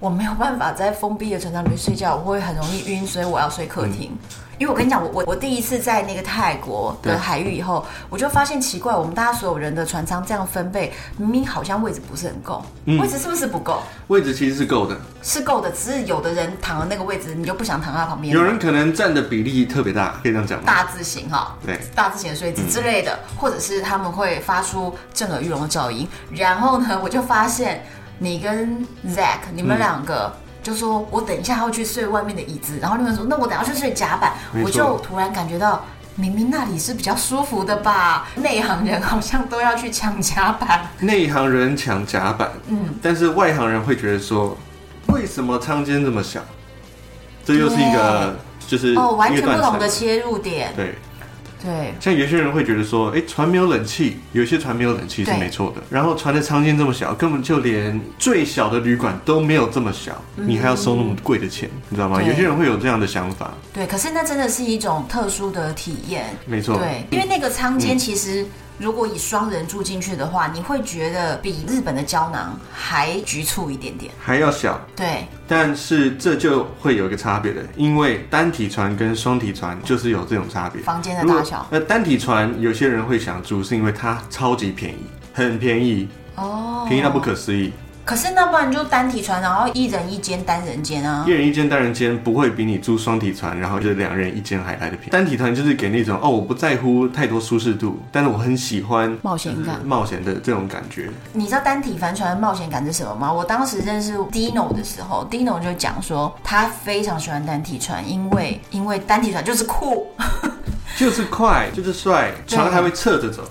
Speaker 1: 我没有办法在封闭的船舱里面睡觉，我会很容易晕，所以我要睡客厅。
Speaker 2: 嗯
Speaker 1: 因为我跟你讲，我我我第一次在那个泰国
Speaker 2: 对
Speaker 1: 的海域以后，我就发现奇怪，我们大家所有人的船舱这样分配，明明好像位置不是很够，
Speaker 2: 嗯
Speaker 1: 位置是不是不够？
Speaker 2: 位置其实是够的。
Speaker 1: 是够的，只是有的人躺的那个位置，你就不想躺在他旁边。
Speaker 2: 有人可能占的比例特别大，可以这样讲吗？
Speaker 1: 大字型哈，
Speaker 2: 对
Speaker 1: 大字型的睡姿之类的，
Speaker 2: 嗯
Speaker 1: 或者是他们会发出震耳欲聋的噪音。然后呢，我就发现你跟 Zack 你们两个。
Speaker 2: 嗯
Speaker 1: 就说我等一下要去睡外面的椅子，然后另外说那我等一下去睡甲板，
Speaker 2: 没错
Speaker 1: 我就突然感觉到明明那里是比较舒服的吧， 内行人好像都要去抢甲板，
Speaker 2: 内行人抢甲板，嗯，但是外行人会觉得说，为什么舱间这么小？这又是一个就是
Speaker 1: 哦，完全
Speaker 2: 一个
Speaker 1: 不同的
Speaker 2: 断层
Speaker 1: 切入点，
Speaker 2: 对，
Speaker 1: 对
Speaker 2: 像有些人会觉得说，哎，船没有冷气，有些船没有冷气是
Speaker 1: 对
Speaker 2: 没错的。然后船的舱间这么小，根本就连最小的旅馆都没有这么小，你还要收那么贵的钱，你知道吗？
Speaker 1: 嗯对
Speaker 2: 有些人会有这样的想法，
Speaker 1: 对，可是那真的是一种特殊的体验，
Speaker 2: 没错，
Speaker 1: 对，因为那个舱间其实如果以双人住进去的话，你会觉得比日本的胶囊还局促一点点。
Speaker 2: 还要小。
Speaker 1: 对，
Speaker 2: 但是这就会有一个差别的，因为单体船跟双体船就是有这种差别。
Speaker 1: 房间的
Speaker 2: 如果
Speaker 1: 大小
Speaker 2: 那单体船有些人会想住，是因为它超级便宜，很便宜，
Speaker 1: 哦
Speaker 2: 便宜到不可思议。
Speaker 1: 可是那不然就单体船，然后一人一间单人间啊
Speaker 2: 一。人一间单人间不会比你租双体船，然后就是两人一间还来的便宜。单体船就是给那种哦，我不在乎太多舒适度，但是我很喜欢
Speaker 1: 冒险感
Speaker 2: 就是冒险的这种感觉。
Speaker 1: 你知道单体帆船的冒险感是什么吗？我当时认识 Dino 的时候，Dino 就讲说他非常喜欢单体船，因为因为单体船就是酷。
Speaker 2: 就是快，就是帅，
Speaker 1: 对
Speaker 2: 船还会侧着走，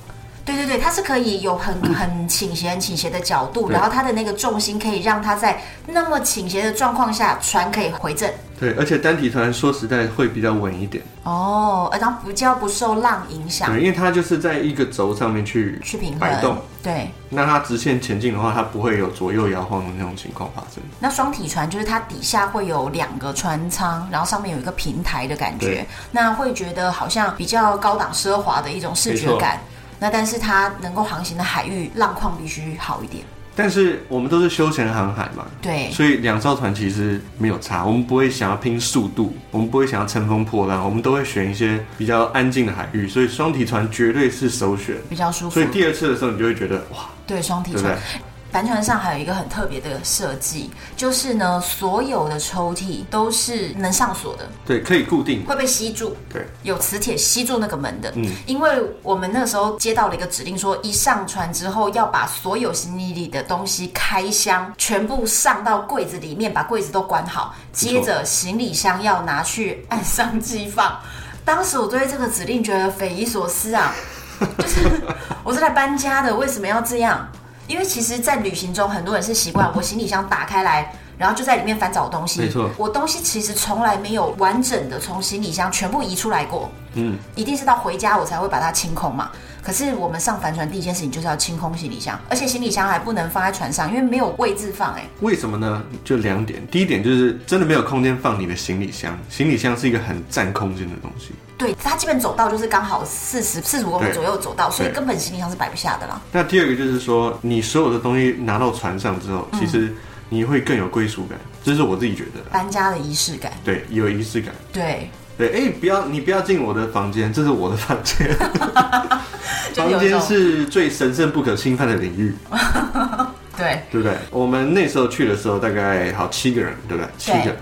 Speaker 1: 对对对，它是可以有很很倾斜、很倾斜的角度，
Speaker 2: 对
Speaker 1: 然后它的那个重心可以让它在那么倾斜的状况下，船可以回正。
Speaker 2: 对，而且单体船说实在会比较稳一点。
Speaker 1: 哦，呃然后比较不受浪影响
Speaker 2: 对，因为它就是在一个轴上面去
Speaker 1: 去平衡。
Speaker 2: 摆动。
Speaker 1: 对，
Speaker 2: 那它直线前进的话，它不会有左右摇晃的那种情况发生。
Speaker 1: 那双体船就是它底下会有两个船舱，然后上面有一个平台的感觉
Speaker 2: 对，
Speaker 1: 那会觉得好像比较高档奢华的一种视
Speaker 2: 没
Speaker 1: 觉
Speaker 2: 错
Speaker 1: 感。那但是它能够航行的海域浪况必须好一点。
Speaker 2: 但是我们都是休闲航海嘛，
Speaker 1: 对，
Speaker 2: 所以两艘船其实没有差。我们不会想要拼速度，我们不会想要乘风破浪，我们都会选一些比较安静的海域。所以双体船绝对是首选。
Speaker 1: 比较舒服
Speaker 2: 所以。第二次的时候，你就会觉得哇，
Speaker 1: 对，双体
Speaker 2: 对不
Speaker 1: 船
Speaker 2: 对。？
Speaker 1: 帆船上还有一个很特别的设计，就是呢，所有的抽屉都是能上锁的，
Speaker 2: 对，可以固定，
Speaker 1: 会被吸住，
Speaker 2: 对，
Speaker 1: 有磁铁吸住那个门的。
Speaker 2: 嗯
Speaker 1: 因为我们那个时候接到了一个指令说，一上船之后要把所有行李里的东西开箱，全部上到柜子里面，把柜子都关好，接着行李箱要拿去按上机放。当时我对这个指令觉得匪夷所思啊，就是我是来搬家的，为什么要这样？因为其实，在旅行中，很多人是习惯我行李箱打开来，然后就在里面翻找东西。
Speaker 2: 没错
Speaker 1: 我东西其实从来没有完整的从行李箱全部移出来过。
Speaker 2: 嗯，
Speaker 1: 一定是到回家我才会把它清空嘛。可是我们上帆船第一件事情就是要清空行李箱，而且行李箱还不能放在船上，因为没有位置放、哎，
Speaker 2: 为什么呢？就两点，第一点就是真的没有空间放你的行李箱，行李箱是一个很占空间的东西。
Speaker 1: 对，它基本走道就是刚好四十四十五公分
Speaker 2: 对
Speaker 1: 左右走道，所以
Speaker 2: 对
Speaker 1: 根本行李箱是摆不下的啦。
Speaker 2: 那第二个就是说，你所有的东西拿到船上之
Speaker 1: 嗯
Speaker 2: 后，其实你会更有归属感，这是我自己觉得的。
Speaker 1: 搬家的仪式感，
Speaker 2: 对，有仪式感。
Speaker 1: 对，
Speaker 2: 对，哎、不要你不要进我的房间，这是我的房间，
Speaker 1: 就
Speaker 2: 房
Speaker 1: 有一
Speaker 2: 间
Speaker 1: 种
Speaker 2: 是最神圣不可侵犯的领域，
Speaker 1: 对
Speaker 2: 对不对？我们那时候去的时候，大概好七个人，对不对？七个人，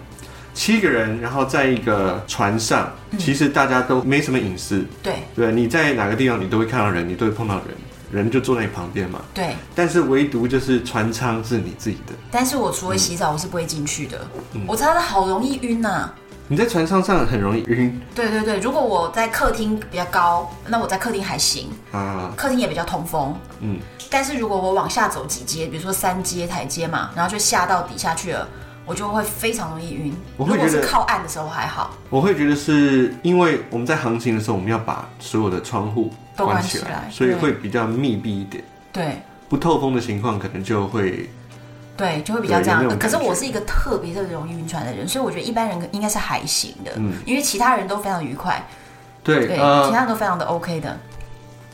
Speaker 2: 七个人，然后在一个船上，
Speaker 1: 嗯
Speaker 2: 其实大家都没什么隐私，
Speaker 1: 对
Speaker 2: 对，你在哪个地方你都会看到人，你都会碰到人，人就坐在你旁边嘛。
Speaker 1: 对。
Speaker 2: 但是唯独就是船舱是你自己的，
Speaker 1: 但是我除了洗澡，我是不会进去的。
Speaker 2: 嗯
Speaker 1: 我真的好容易晕呐、啊
Speaker 2: 你在船舱上很容易晕
Speaker 1: 对对对，如果我在客厅比较高，那我在客厅还行，
Speaker 2: 啊，
Speaker 1: 客厅也比较通风。
Speaker 2: 嗯，
Speaker 1: 但是如果我往下走几阶，比如说三阶台阶嘛，然后就下到底下去了，我就会非常容易晕。
Speaker 2: 我会
Speaker 1: 如果
Speaker 2: 觉
Speaker 1: 是
Speaker 2: 得
Speaker 1: 靠岸的时候还好，
Speaker 2: 我会觉得是因为我们在航行的时候，我们要把所有的窗户
Speaker 1: 都关
Speaker 2: 关起
Speaker 1: 起
Speaker 2: 来
Speaker 1: 来，
Speaker 2: 所以
Speaker 1: 对
Speaker 2: 会比较密闭一点，
Speaker 1: 对
Speaker 2: 不透风的情况可能就会
Speaker 1: 对，就会比较这样
Speaker 2: 对有那。种
Speaker 1: 可是
Speaker 2: 感觉
Speaker 1: 我是一个特别特别容易晕船的人，所以我觉得一般人应该是还行的，
Speaker 2: 嗯
Speaker 1: 因为其他人都非常愉快，
Speaker 2: 对
Speaker 1: 对，其
Speaker 2: 呃，
Speaker 1: 他嗯人都非常的 OK 的。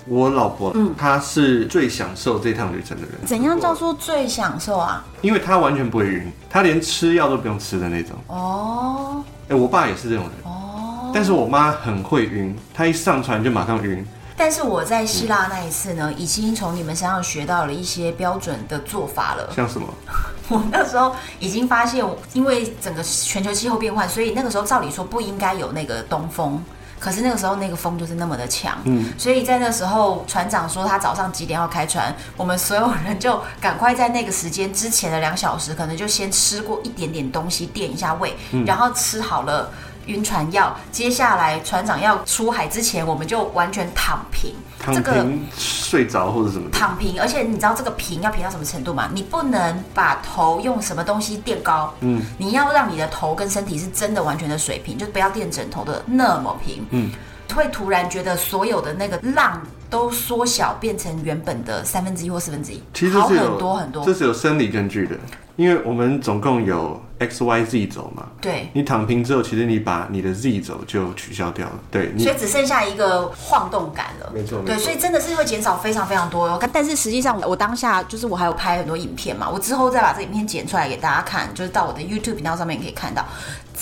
Speaker 2: 我老婆她是最享受这趟旅程的人，
Speaker 1: 怎样叫做最享受啊？
Speaker 2: 因为她完全不会晕，她连吃药都不用吃的那种。
Speaker 1: 哦
Speaker 2: 哎，我爸也是这种人，
Speaker 1: 哦，
Speaker 2: 但是我妈很会晕，她一上船就马上晕。
Speaker 1: 但是我在希腊那一次呢，已经从你们身上学到了一些标准的做法了。
Speaker 2: 像什么？
Speaker 1: 我那时候已经发现，因为整个全球气候变换，所以那个时候照理说不应该有那个东风，可是那个时候那个风就是那么的强，
Speaker 2: 嗯，
Speaker 1: 所以在那时候船长说他早上几点要开船，我们所有人就赶快在那个时间之前的两小时，可能就先吃过一点点东西垫一下胃，
Speaker 2: 嗯
Speaker 1: 然后吃好了。晕船药，接下来船长要出海之前，我们就完全躺平。
Speaker 2: 躺
Speaker 1: 这个
Speaker 2: 平、睡着或者什么的。
Speaker 1: 躺平，而且你知道这个平要平到什么程度吗？你不能把头用什么东西垫高，
Speaker 2: 嗯，
Speaker 1: 你要让你的头跟身体是真的完全的水平，就不要垫枕头的那么平，
Speaker 2: 嗯，
Speaker 1: 会突然觉得所有的那个浪都缩小，变成原本的三分之一或四分之一，
Speaker 2: 其实
Speaker 1: 好
Speaker 2: 是有
Speaker 1: 很多很多
Speaker 2: 这，是有生理根据的，因为我们总共有 X、Y、Z 轴嘛。
Speaker 1: 对，
Speaker 2: 你躺平之后，其实你把你的 Z 轴就取消掉了。对你
Speaker 1: 所以只剩下一个晃动感了。
Speaker 2: 没错没
Speaker 1: 对，
Speaker 2: 错
Speaker 1: 所以真的是会减少非常非常多哦。但是实际上，我当下就是我还有拍很多影片嘛，我之后再把这影片剪出来给大家看，就是到我的 YouTube 频道上面可以看到。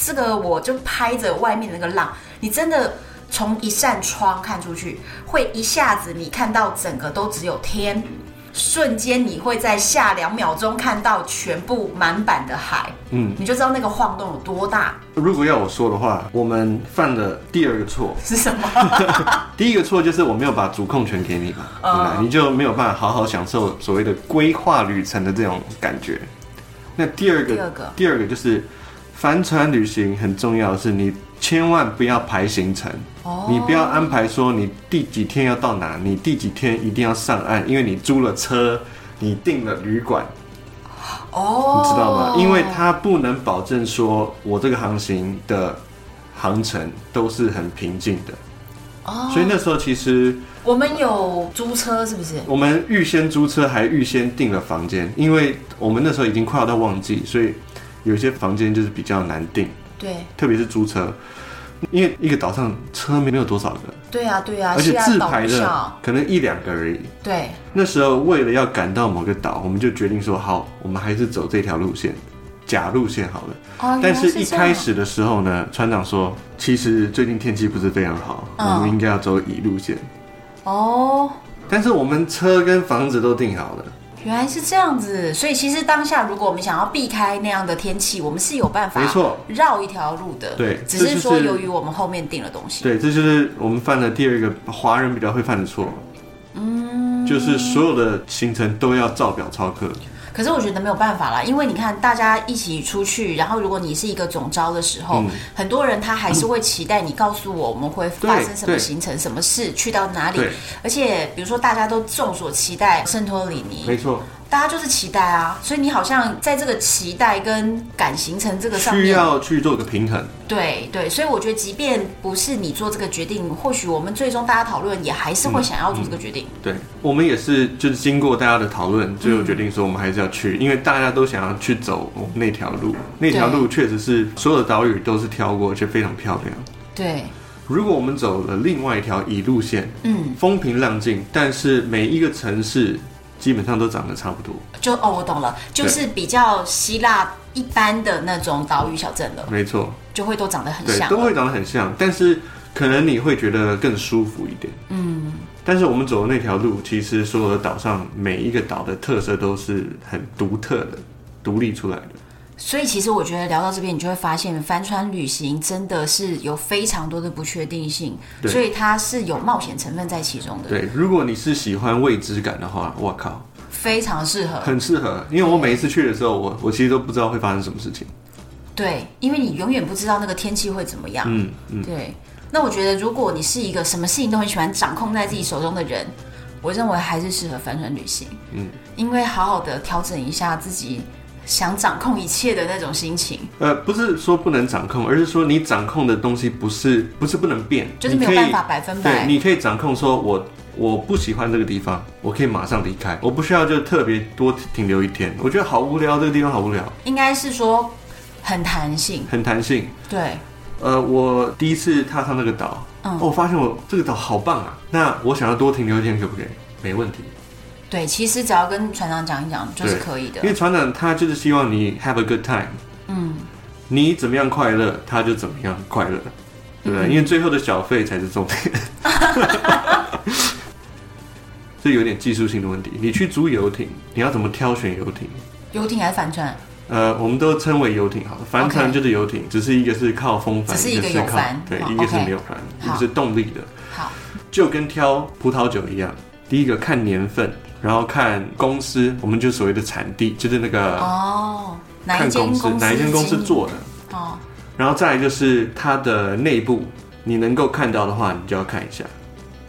Speaker 1: 这个我就拍着外面的那个浪，你真的从一扇窗看出去，会一下子你看到整个都只有天，瞬间你会在下两秒钟看到全部满版的海，
Speaker 2: 嗯，
Speaker 1: 你就知道那个晃动有多大
Speaker 2: 如果要我说的话，我们犯了第二个错。
Speaker 1: 是什么。
Speaker 2: 第一个错就是我没有把主控权给你嘛，对
Speaker 1: 嗯
Speaker 2: 吧？你就没有办法好好享受所谓的规划旅程的这种感觉。那第二个，
Speaker 1: 第二个
Speaker 2: 就是帆船旅行很重要的是，你千万不要排行程。
Speaker 1: 哦
Speaker 2: 你不要安排说你第几天要到哪，你第几天一定要上岸，因为你租了车，你订了旅馆，
Speaker 1: 哦，
Speaker 2: 你知道吗？因为它不能保证说我这个航行的航程都是很平静的，
Speaker 1: 哦，
Speaker 2: 所以那时候其实
Speaker 1: 我们有租车是不是？
Speaker 2: 我们预先租车，还预先订了房间，因为我们那时候已经快要到旺季，所以有些房间就是比较难订，
Speaker 1: 对，
Speaker 2: 特别是租车，因为一个岛上车没有多少个，
Speaker 1: 对啊，对啊，
Speaker 2: 而
Speaker 1: 希
Speaker 2: 且
Speaker 1: 腊
Speaker 2: 自
Speaker 1: 岛
Speaker 2: 排
Speaker 1: 不
Speaker 2: 的
Speaker 1: 小，
Speaker 2: 可能一两个而已。
Speaker 1: 对，
Speaker 2: 那时候为了要赶到某个岛，我们就决定说好，我们还是走这条路线，假路线好了。
Speaker 1: 哦，
Speaker 2: 但是
Speaker 1: 原来
Speaker 2: 一
Speaker 1: 这样
Speaker 2: 开，始的时候呢，船长说，其实最近天气不是非常好，
Speaker 1: 嗯
Speaker 2: 我们应该要走乙路线。
Speaker 1: 哦，
Speaker 2: 但是我们车跟房子都订好了，
Speaker 1: 原来是这样子，所以其实当下如果我们想要避开那样的天气，我们是有办法
Speaker 2: 没错
Speaker 1: 绕一条路的。
Speaker 2: 对
Speaker 1: 只是
Speaker 2: 这就是
Speaker 1: 说由于我们后面定了东西，
Speaker 2: 对，这就是我们犯的第二个华人比较会犯的错。嗯，就是所有的行程都要照表操课。
Speaker 1: 可是我觉得没有办法啦，因为你看大家一起出去，然后如果你是一个总招的时候，
Speaker 2: 嗯
Speaker 1: 很多人他还是会期待你告诉我我们会发生什么行程、什么事、去到哪里
Speaker 2: 对。
Speaker 1: 而且比如说大家都众所期待圣托里尼，
Speaker 2: 错，
Speaker 1: 大家就是期待啊，所以你好像在这个期待跟赶行程这个上
Speaker 2: 需
Speaker 1: 面，
Speaker 2: 要去做个平衡。
Speaker 1: 对对，所以我觉得即便不是你做这个决定，或许我们最终大家讨论也还是会
Speaker 2: 嗯
Speaker 1: 想要做这个决定。
Speaker 2: 对，我们也是，就是经过大家的讨论，最后
Speaker 1: 嗯
Speaker 2: 决定说我们还是要去，因为大家都想要去走那条路，那条路确实是所有的岛屿都是挑过，而且非常漂亮。
Speaker 1: 对，
Speaker 2: 如果我们走了另外一条乙路线，
Speaker 1: 嗯，
Speaker 2: 风平浪静，但是每一个城市基本上都长得差不多，
Speaker 1: 就哦，我懂了，就是比较希腊一般的那种岛屿小镇了。
Speaker 2: 没错，
Speaker 1: 就会都长得很
Speaker 2: 对，
Speaker 1: 像
Speaker 2: 都
Speaker 1: 了。
Speaker 2: 会长得很像，但是可能你会觉得更舒服一点，嗯。但是我们走的那条路，其实所有的岛上每一个岛的特色都是很独特的、独立出来的。
Speaker 1: 所以其实我觉得聊到这边，你就会发现帆船旅行真的是有非常多的不确定性，
Speaker 2: 对
Speaker 1: 所以它是有冒险成分在其中的，
Speaker 2: 对，如果你是喜欢未知感的话，我靠，
Speaker 1: 非常适合。
Speaker 2: 很适合。因为我每一次去的时候，我我其实都不知道会发生什么事情。
Speaker 1: 对，因为你永远不知道那个天气会怎么样。
Speaker 2: 嗯嗯，
Speaker 1: 对，那我觉得如果你是一个什么事情都很喜欢掌控在自己手中的人，我认为还是适合帆船旅行。
Speaker 2: 嗯，
Speaker 1: 因为好好的调整一下自己想掌控一切的那种心情。
Speaker 2: 呃，不是说不能掌控，而是说你掌控的东西不是不是不能变，
Speaker 1: 就是没有
Speaker 2: 你可以
Speaker 1: 办法百分百
Speaker 2: 对，你可以掌控说我。我不喜欢这个地方，我可以马上离开，我不需要就特别多停留一天。我觉得好无聊，这个地方好无聊，
Speaker 1: 应该是说很弹性，
Speaker 2: 很弹性。
Speaker 1: 对。
Speaker 2: 呃，我第一次踏上那个岛，
Speaker 1: 嗯
Speaker 2: 哦我发现我这个岛好棒啊！那我想要多停留一天，可不可以？没问题。
Speaker 1: 对，其实只要跟船长讲一讲就是可以的
Speaker 2: 因。为船长他就是希望你 have a good time，
Speaker 1: 嗯，
Speaker 2: 你怎么样快乐，他就怎么样快乐，对
Speaker 1: 嗯
Speaker 2: 不对？因为最后的小费才是重点。 这有点技术性的问题。你去租游艇，你要怎么挑选游艇？
Speaker 1: 游艇还是帆船，
Speaker 2: 呃，我们都称为游艇好了，帆船
Speaker 1: OK
Speaker 2: 就是游艇只是一个是靠风帆，
Speaker 1: 只是一个
Speaker 2: 是
Speaker 1: 有
Speaker 2: 靠
Speaker 1: 帆
Speaker 2: 对
Speaker 1: 好，
Speaker 2: 一个是
Speaker 1: OK
Speaker 2: 没有帆，一
Speaker 1: 好
Speaker 2: 个是动力的，
Speaker 1: 好，
Speaker 2: 就跟挑葡萄酒一样，第一个看年份，然后看公司，我们就所谓的产地，就是那个
Speaker 1: 哦，哪一
Speaker 2: 啊看
Speaker 1: 间
Speaker 2: 公
Speaker 1: 公
Speaker 2: 司
Speaker 1: 司？
Speaker 2: 哪一间公司？做的，
Speaker 1: 哦，
Speaker 2: 然后再来就是它的内部，你能够看到的话，你就要看一下。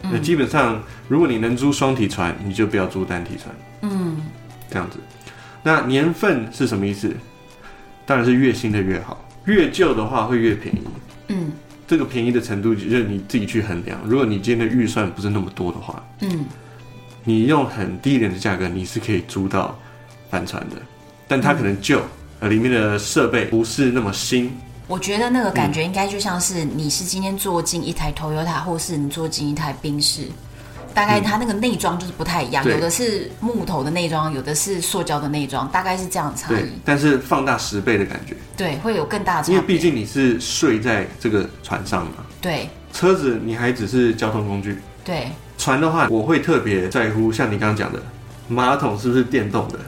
Speaker 1: 嗯
Speaker 2: 那基本上，如果你能租双体船，你就不要租单体船，
Speaker 1: 嗯，
Speaker 2: 这样子。那年份是什么意思？当然是越新的越好，越旧的话会越便宜。
Speaker 1: 嗯，
Speaker 2: 这个便宜的程度就是你自己去衡量。如果你今天的预算不是那么多的话，
Speaker 1: 嗯，
Speaker 2: 你用很低廉的价格，你是可以租到帆船的，但
Speaker 1: 嗯
Speaker 2: 它可能旧，呃，里面的设备不是那么新，
Speaker 1: 我觉得那个
Speaker 2: 嗯
Speaker 1: 感觉应该就像是你是今天坐进一台 Toyota，或是你坐进一台宾士。大概它那个内装就是不太一样，
Speaker 2: 嗯对
Speaker 1: 有的是木头的内装，有的是塑胶的内装，大概是这样的差
Speaker 2: 对
Speaker 1: 异。，
Speaker 2: 但是放大十倍的感觉，
Speaker 1: 对，会有更大的差
Speaker 2: 因
Speaker 1: 别。
Speaker 2: 为毕竟你是睡在这个船上嘛，
Speaker 1: 对
Speaker 2: 车子你还只是交通工具，
Speaker 1: 对，
Speaker 2: 船的话我会特别在乎，像你刚刚讲的，马桶是不是电动 的，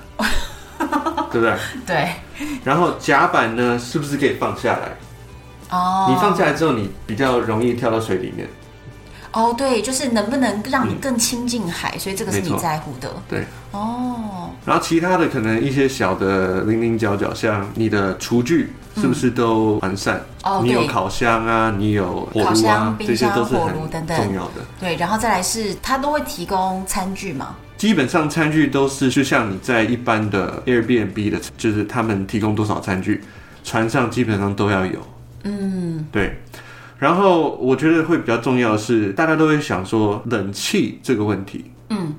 Speaker 2: 对不对？
Speaker 1: 对
Speaker 2: 然后甲板呢是不是可以放下来？
Speaker 1: 哦，
Speaker 2: 你放下来之后，你比较容易跳到水里面。
Speaker 1: 哦，对，就是能不能让你更亲近海，所以这个是
Speaker 2: 嗯没
Speaker 1: 你
Speaker 2: 错
Speaker 1: 在乎的
Speaker 2: 对，
Speaker 1: 哦。
Speaker 2: 然后其他的可能一些小的零零角角，像你的厨具是不是都完善？
Speaker 1: 哦
Speaker 2: 你有
Speaker 1: 对
Speaker 2: 烤箱啊，你有火
Speaker 1: 烤
Speaker 2: 炉啊
Speaker 1: 箱，冰
Speaker 2: 这些都是
Speaker 1: 箱火
Speaker 2: 很
Speaker 1: 炉等等
Speaker 2: 重要的。
Speaker 1: 对，然后再来是它都会提供餐具嘛，
Speaker 2: 基本上餐具都是就像你在一般的 Airbnb 的，就是他们提供多少餐具，船上基本上都要有。嗯，对。然后我觉得会比较重要的是，大家都会想说冷气这个问题。嗯。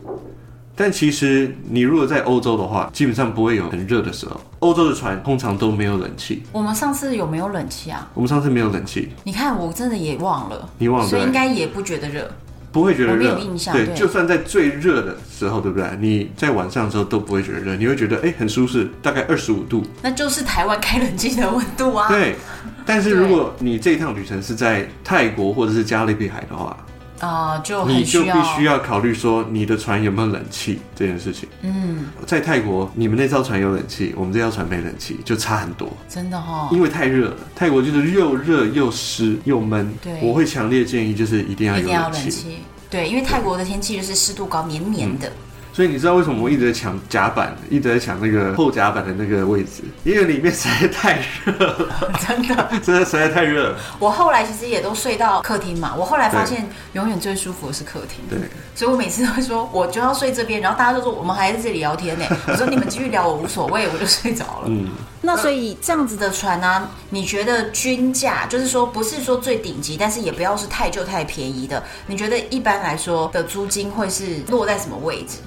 Speaker 2: 但其实你如果在欧洲的话，基本上不会有很热的时候。欧洲的船通常都没有冷气，
Speaker 1: 我们上次有没有冷气啊？
Speaker 2: 我们上次没有冷气，
Speaker 1: 你看我真的也忘了，
Speaker 2: 你忘了
Speaker 1: 所以
Speaker 2: 对
Speaker 1: 应该也不觉得热。
Speaker 2: 不会觉得热
Speaker 1: 我没有印。象
Speaker 2: 对，
Speaker 1: 对
Speaker 2: 就算在最热的时候，对不对？你在晚上的时候都不会觉得热，你会觉得哎很舒适，大概二十五度。
Speaker 1: 那就是台湾开冷气的温度啊。
Speaker 2: 对，但是
Speaker 1: 对
Speaker 2: 如果你这一趟旅程是在泰国或者是加勒比海的话，
Speaker 1: 啊、就
Speaker 2: 你
Speaker 1: 很
Speaker 2: 就
Speaker 1: 需
Speaker 2: 必
Speaker 1: 要，
Speaker 2: 须要考虑说你的船有没有冷气这件事情。
Speaker 1: 嗯，
Speaker 2: 在泰国，你们那艘船有冷气，我们这艘船没冷气，就差很多。
Speaker 1: 真的哦哈、
Speaker 2: 因为太热了，泰国就是又热又湿又闷。
Speaker 1: 对
Speaker 2: 我会强烈建议就是一定要
Speaker 1: 一
Speaker 2: 有
Speaker 1: 定要
Speaker 2: 冷
Speaker 1: 冷
Speaker 2: 气。
Speaker 1: 气。对，因为泰国的天气就是湿度高，黏黏的。
Speaker 2: 所以你知道为什么我一直在抢甲板，一直在抢那个后甲板的那个位置？因为里面实在太热 了，真的，真的实在太热了。
Speaker 1: 我后来其实也都睡到客厅嘛，我后来发现永远最舒服的是客厅。
Speaker 2: 对，
Speaker 1: 所以我每次都会说我就要睡这边，然后大家都说我们还在这里聊天呢、我说你们继续聊，我无所谓，我就睡着了。
Speaker 2: 嗯，
Speaker 1: 那所以这样子的船啊，你觉得均价就是说不是说最顶级，但是也不要是太旧太便宜的。你觉得一般来说的租金会是落在什么位置？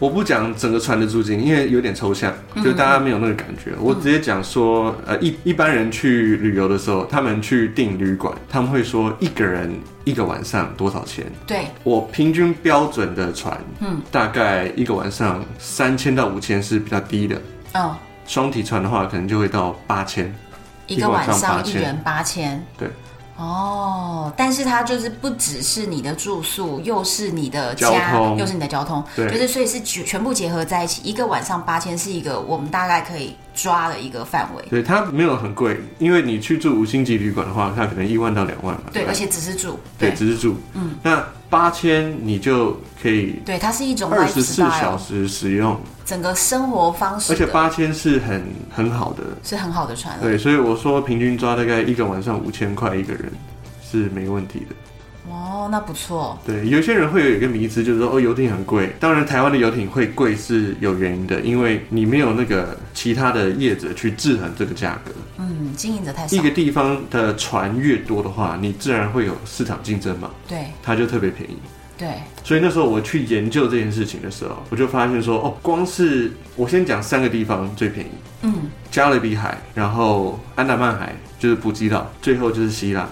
Speaker 2: 我不讲整个船的租金，因为有点抽象，就大家没有那个感觉。我直接讲说，呃，一一般人去旅游的时候，他们去订旅馆，他们会说一个人一个晚上多少钱？
Speaker 1: 对，
Speaker 2: 我平均标准的船，
Speaker 1: 嗯
Speaker 2: 嗯，大概一个晚上三千到五千是比较低的，
Speaker 1: 嗯，
Speaker 2: 双体船的话可能就会到八千。
Speaker 1: 一
Speaker 2: 一
Speaker 1: 个
Speaker 2: 个晚
Speaker 1: 晚
Speaker 2: 上
Speaker 1: 上
Speaker 2: 八
Speaker 1: 一
Speaker 2: 千
Speaker 1: 人八千。
Speaker 2: 对，
Speaker 1: 哦，但是它就是不只是你的住宿，又是你的
Speaker 2: 交
Speaker 1: 家，
Speaker 2: 通
Speaker 1: 又是你的交通，
Speaker 2: 对
Speaker 1: 就是所以是全全部结合在一起，一个晚上八千是一个我们大概可以抓的一个范围。
Speaker 2: 对，它没有很贵，因为你去住五星级旅馆的话，它可能一万到两万嘛。
Speaker 1: 对，
Speaker 2: 吧
Speaker 1: 而且只是住，
Speaker 2: 对，只是住。嗯，那八千你就可以
Speaker 1: 对，它是一种
Speaker 2: 二十四
Speaker 1: lifestyle
Speaker 2: 小时使用，
Speaker 1: 整个生活方
Speaker 2: 而
Speaker 1: 式
Speaker 2: 且
Speaker 1: 哦的，
Speaker 2: 八千是很很好的。
Speaker 1: 是很好的船了。
Speaker 2: 对，所以我说平均抓大概一个晚上五千块一个人是没问题的。
Speaker 1: 哦，那不错，
Speaker 2: 对，有些人会有一个迷思，就是说哦，游艇很贵。当然，台湾的游艇会贵是有原因的，因为你没有那个其他的业者去制衡这个价格。
Speaker 1: 嗯，经营者太少
Speaker 2: 一，个地方的船越多的话，你自然会有市场竞争嘛，
Speaker 1: 对
Speaker 2: 它就特别便宜。
Speaker 1: 对，
Speaker 2: 所以那时候我去研究这件事情的时候，我就发现说，哦，光是我先讲三个地方最便宜：
Speaker 1: 嗯，
Speaker 2: 加勒比海，然后安达曼海，就是普吉岛，最后就是希腊。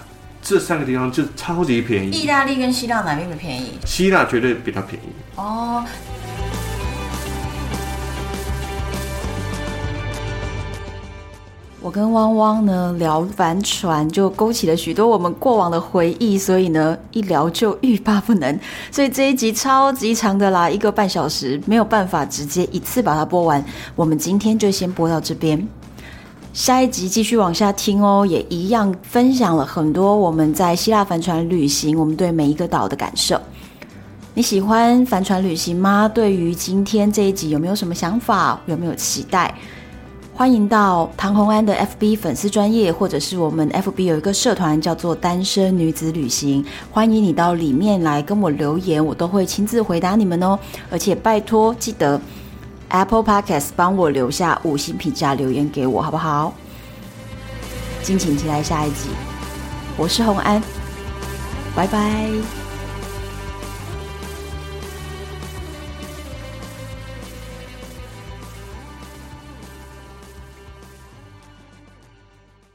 Speaker 2: 这三个地方就超级便
Speaker 1: 意
Speaker 2: 宜，
Speaker 1: 大利跟希腊哪边比较便宜？
Speaker 2: 希腊绝对比较便宜。
Speaker 1: 哦，我跟汪汪呢聊帆船，就勾起了许多我们过往的回忆，所以呢一聊就欲罢不能，所以这一集超级长的啦，一个半小时，没有办法直接一次把它播完，我们今天就先播到这边。下一集继续往下听哦，也一样分享了很多我们在希腊帆船旅行，我们对每一个岛的感受。你喜欢帆船旅行吗？对于今天这一集有没有什么想法？有没有期待？欢迎到唐红安的 FB 粉丝专业，或者是我们 FB 有一个社团叫做“单身女子旅行”，欢迎你到里面来跟我留言，我都会亲自回答你们哦。而且拜托记得 Apple Podcast 帮我留下五星评价留言给我，好不好？敬请期待下一集，我是红安，拜拜。